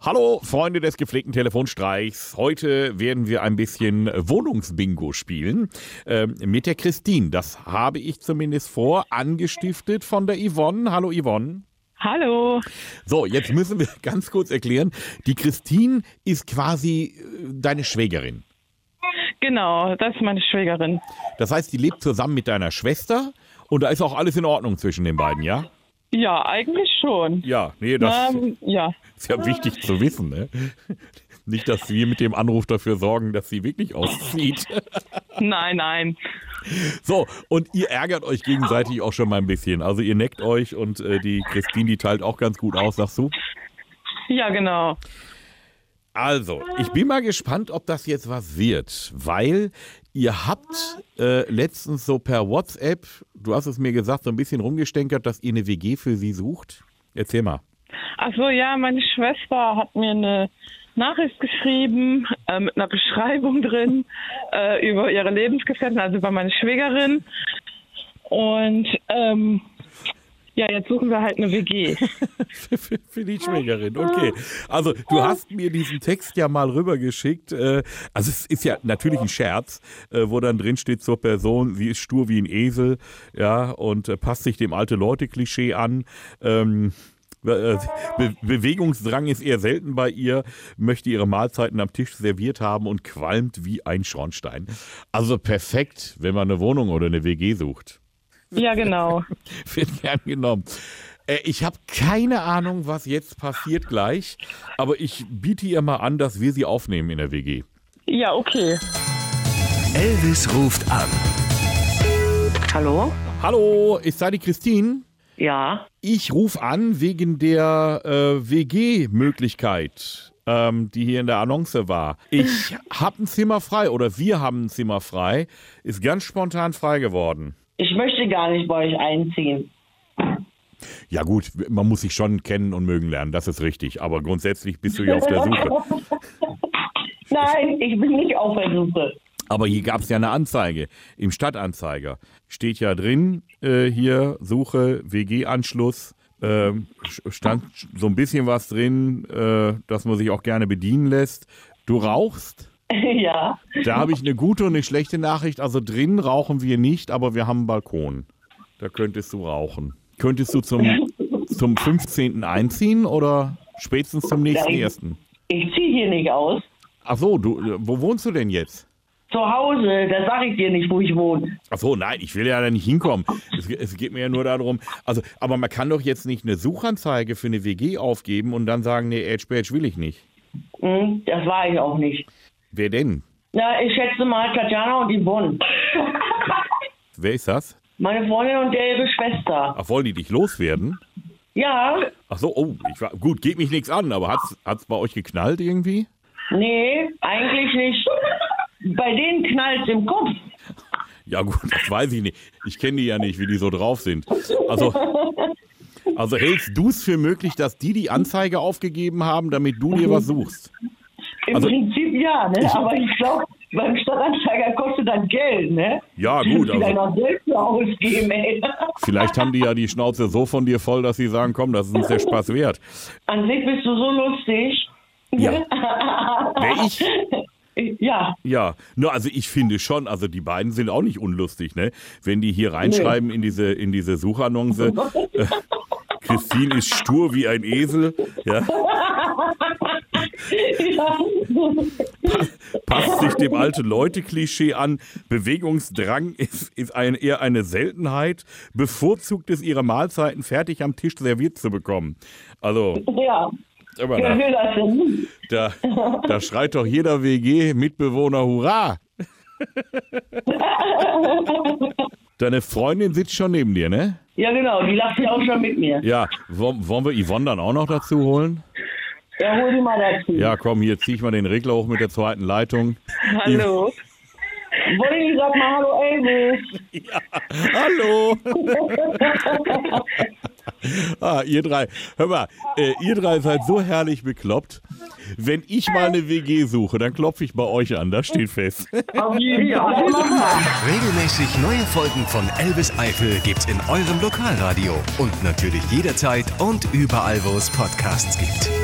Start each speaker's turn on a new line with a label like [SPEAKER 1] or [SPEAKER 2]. [SPEAKER 1] Hallo, Freunde des gepflegten Telefonstreichs. Heute werden wir ein bisschen Wohnungsbingo spielen ähm, mit der Christine. Das habe ich zumindest vor, angestiftet von der Yvonne. Hallo Yvonne.
[SPEAKER 2] Hallo.
[SPEAKER 1] So, jetzt müssen wir ganz kurz erklären. Die Christine ist quasi äh, deine Schwägerin.
[SPEAKER 2] Genau, das ist meine Schwägerin.
[SPEAKER 1] Das heißt, die lebt zusammen mit deiner Schwester und da ist auch alles in Ordnung zwischen den beiden, ja?
[SPEAKER 2] Ja, eigentlich schon.
[SPEAKER 1] Ja, nee, das
[SPEAKER 2] ähm, ja.
[SPEAKER 1] ist ja wichtig zu wissen, ne? Nicht, dass wir mit dem Anruf dafür sorgen, dass sie wirklich auszieht.
[SPEAKER 2] Nein, nein.
[SPEAKER 1] So, und ihr ärgert euch gegenseitig auch schon mal ein bisschen. Also ihr neckt euch und äh, die Christine, die teilt auch ganz gut aus, sagst du?
[SPEAKER 2] Ja, genau.
[SPEAKER 1] Also, ich bin mal gespannt, ob das jetzt was wird, weil ihr habt äh, letztens so per WhatsApp, du hast es mir gesagt, so ein bisschen rumgestänkert, dass ihr eine WG für sie sucht. Erzähl mal.
[SPEAKER 2] Ach so, ja, meine Schwester hat mir eine Nachricht geschrieben äh, mit einer Beschreibung drin äh, über ihre Lebensgefährtin, also über meine Schwägerin. Und ähm, ja, jetzt suchen wir halt eine WG.
[SPEAKER 1] Für, für, für die Schwägerin, okay. Also, du hast mir diesen Text ja mal rübergeschickt. äh, Also, es ist ja natürlich ein Scherz, äh, wo dann drin steht zur Person, sie ist stur wie ein Esel, ja, und äh, passt sich dem alte Leute-Klischee an. Ähm, äh, Be Bewegungsdrang ist eher selten bei ihr, möchte ihre Mahlzeiten am Tisch serviert haben und qualmt wie ein Schornstein. Also perfekt, wenn man eine Wohnung oder eine WG sucht
[SPEAKER 2] Ja, genau.
[SPEAKER 1] wird gern genommen. Äh, Ich habe keine Ahnung, was jetzt passiert gleich, aber ich biete ihr mal an, dass wir sie aufnehmen in der WG.
[SPEAKER 2] Ja, okay.
[SPEAKER 3] Elvis ruft an.
[SPEAKER 4] Hallo?
[SPEAKER 1] Hallo, ich sei die Christine.
[SPEAKER 4] Ja.
[SPEAKER 1] Ich rufe an wegen der äh, WG-Möglichkeit, ähm, die hier in der Annonce war. Ich habe ein Zimmer frei oder wir haben ein Zimmer frei. Ist ganz spontan frei geworden.
[SPEAKER 4] Ich möchte gar nicht bei euch einziehen.
[SPEAKER 1] Ja gut, man muss sich schon kennen und mögen lernen, das ist richtig. Aber grundsätzlich bist du ja auf der Suche.
[SPEAKER 4] Nein, ich bin nicht auf der Suche.
[SPEAKER 1] Aber hier gab es ja eine Anzeige im Stadtanzeiger. Steht ja drin, äh, hier Suche, WG-Anschluss. ähm, sch- stand so ein bisschen was drin, äh, dass man sich auch gerne bedienen lässt. Du rauchst?
[SPEAKER 4] ja.
[SPEAKER 1] Da habe ich eine gute und eine schlechte Nachricht. Also drin rauchen wir nicht, aber wir haben einen Balkon. Da könntest du rauchen. Könntest du zum, zum 15. einziehen oder spätestens zum nächsten
[SPEAKER 4] Nein.
[SPEAKER 1] ersten?
[SPEAKER 4] Ich ziehe hier nicht aus.
[SPEAKER 1] Ach so, du, äh, wo wohnst du denn jetzt?
[SPEAKER 4] Zu Hause, da sage ich dir nicht, wo ich wohne.
[SPEAKER 1] Ach so, nein, ich will ja da nicht hinkommen. Es, ge- es geht mir ja nur darum. Also, aber man kann doch jetzt nicht eine Suchanzeige für eine WG aufgeben und dann sagen, nee, Edge Badge will ich nicht.
[SPEAKER 4] Hm, das war ich auch nicht.
[SPEAKER 1] Wer denn?
[SPEAKER 4] Na, ich schätze mal Tatjana und Yvonne.
[SPEAKER 1] Wer ist das?
[SPEAKER 4] Meine Freundin und der ihre Schwester.
[SPEAKER 1] Ach, wollen die dich loswerden?
[SPEAKER 4] Ja,
[SPEAKER 1] Ach so, oh, ich war, gut, geht mich nichts an, aber hat's, hat's bei euch geknallt irgendwie?
[SPEAKER 4] nee, eigentlich nicht. Bei denen knallt im Kopf.
[SPEAKER 1] Ja gut, das weiß ich nicht. Ich kenne die ja nicht, wie die so drauf sind. Also, also hältst du es für möglich, dass die die Anzeige aufgegeben haben, damit du dir was suchst?
[SPEAKER 4] Im
[SPEAKER 1] Also-
[SPEAKER 4] Prinzip ja, ne? Aber ich glaube, beim Stadtanzeiger kostet das Geld, ne?
[SPEAKER 1] Ja, gut,
[SPEAKER 4] Ich will
[SPEAKER 1] also-
[SPEAKER 4] da noch Geld für ausgeben, ey.
[SPEAKER 1] Vielleicht haben die ja die Schnauze so von dir voll, dass sie sagen, komm, das ist uns der Spaß wert.
[SPEAKER 4] An sich bist du so lustig.
[SPEAKER 1] Ja. Wer ich?
[SPEAKER 4] Ja,
[SPEAKER 1] Ja. Nur, also ich finde schon, also die beiden sind auch nicht unlustig, ne? Wenn die hier reinschreiben in diese, in diese Suchannonce, äh, Christine ist stur wie ein Esel, ja,
[SPEAKER 4] ja.
[SPEAKER 1] passt sich dem alten Leute-Klischee an, Bewegungsdrang ist, ist ein, eher eine Seltenheit, bevorzugt es, ihre Mahlzeiten fertig am Tisch serviert zu bekommen. Also,
[SPEAKER 4] ja.
[SPEAKER 1] aber
[SPEAKER 4] Wer
[SPEAKER 1] da,
[SPEAKER 4] will das denn?
[SPEAKER 1] Da, da schreit doch jeder WG-Mitbewohner Hurra! Deine Freundin sitzt schon neben dir, ne?
[SPEAKER 4] Ja, genau, die lacht ja auch schon mit mir.
[SPEAKER 1] Ja, wo- wollen wir Yvonne dann auch noch dazu holen?
[SPEAKER 4] Ja, hol die mal dazu.
[SPEAKER 1] Ja, komm, hier zieh ich mal den Regler hoch mit der zweiten Leitung.
[SPEAKER 2] Hallo.
[SPEAKER 4] Wollen die sag mal Hallo Elvis?
[SPEAKER 1] Hallo! ah, ihr drei. Hör mal, äh, ihr drei seid so herrlich bekloppt. Wenn ich mal eine WG suche, dann klopfe ich bei euch an, das steht fest.
[SPEAKER 4] Auf jeden Fall.
[SPEAKER 3] Regelmäßig neue Folgen von Elvis Eifel gibt's in eurem Lokalradio und natürlich jederzeit und überall, wo es Podcasts gibt.